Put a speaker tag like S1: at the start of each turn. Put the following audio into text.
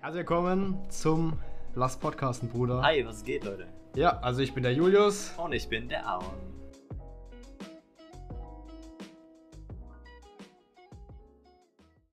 S1: Herzlich willkommen zum Lass Podcasten, Bruder.
S2: Hi, was geht, Leute?
S1: Ja, also ich bin der Julius.
S2: Und ich bin der Aaron.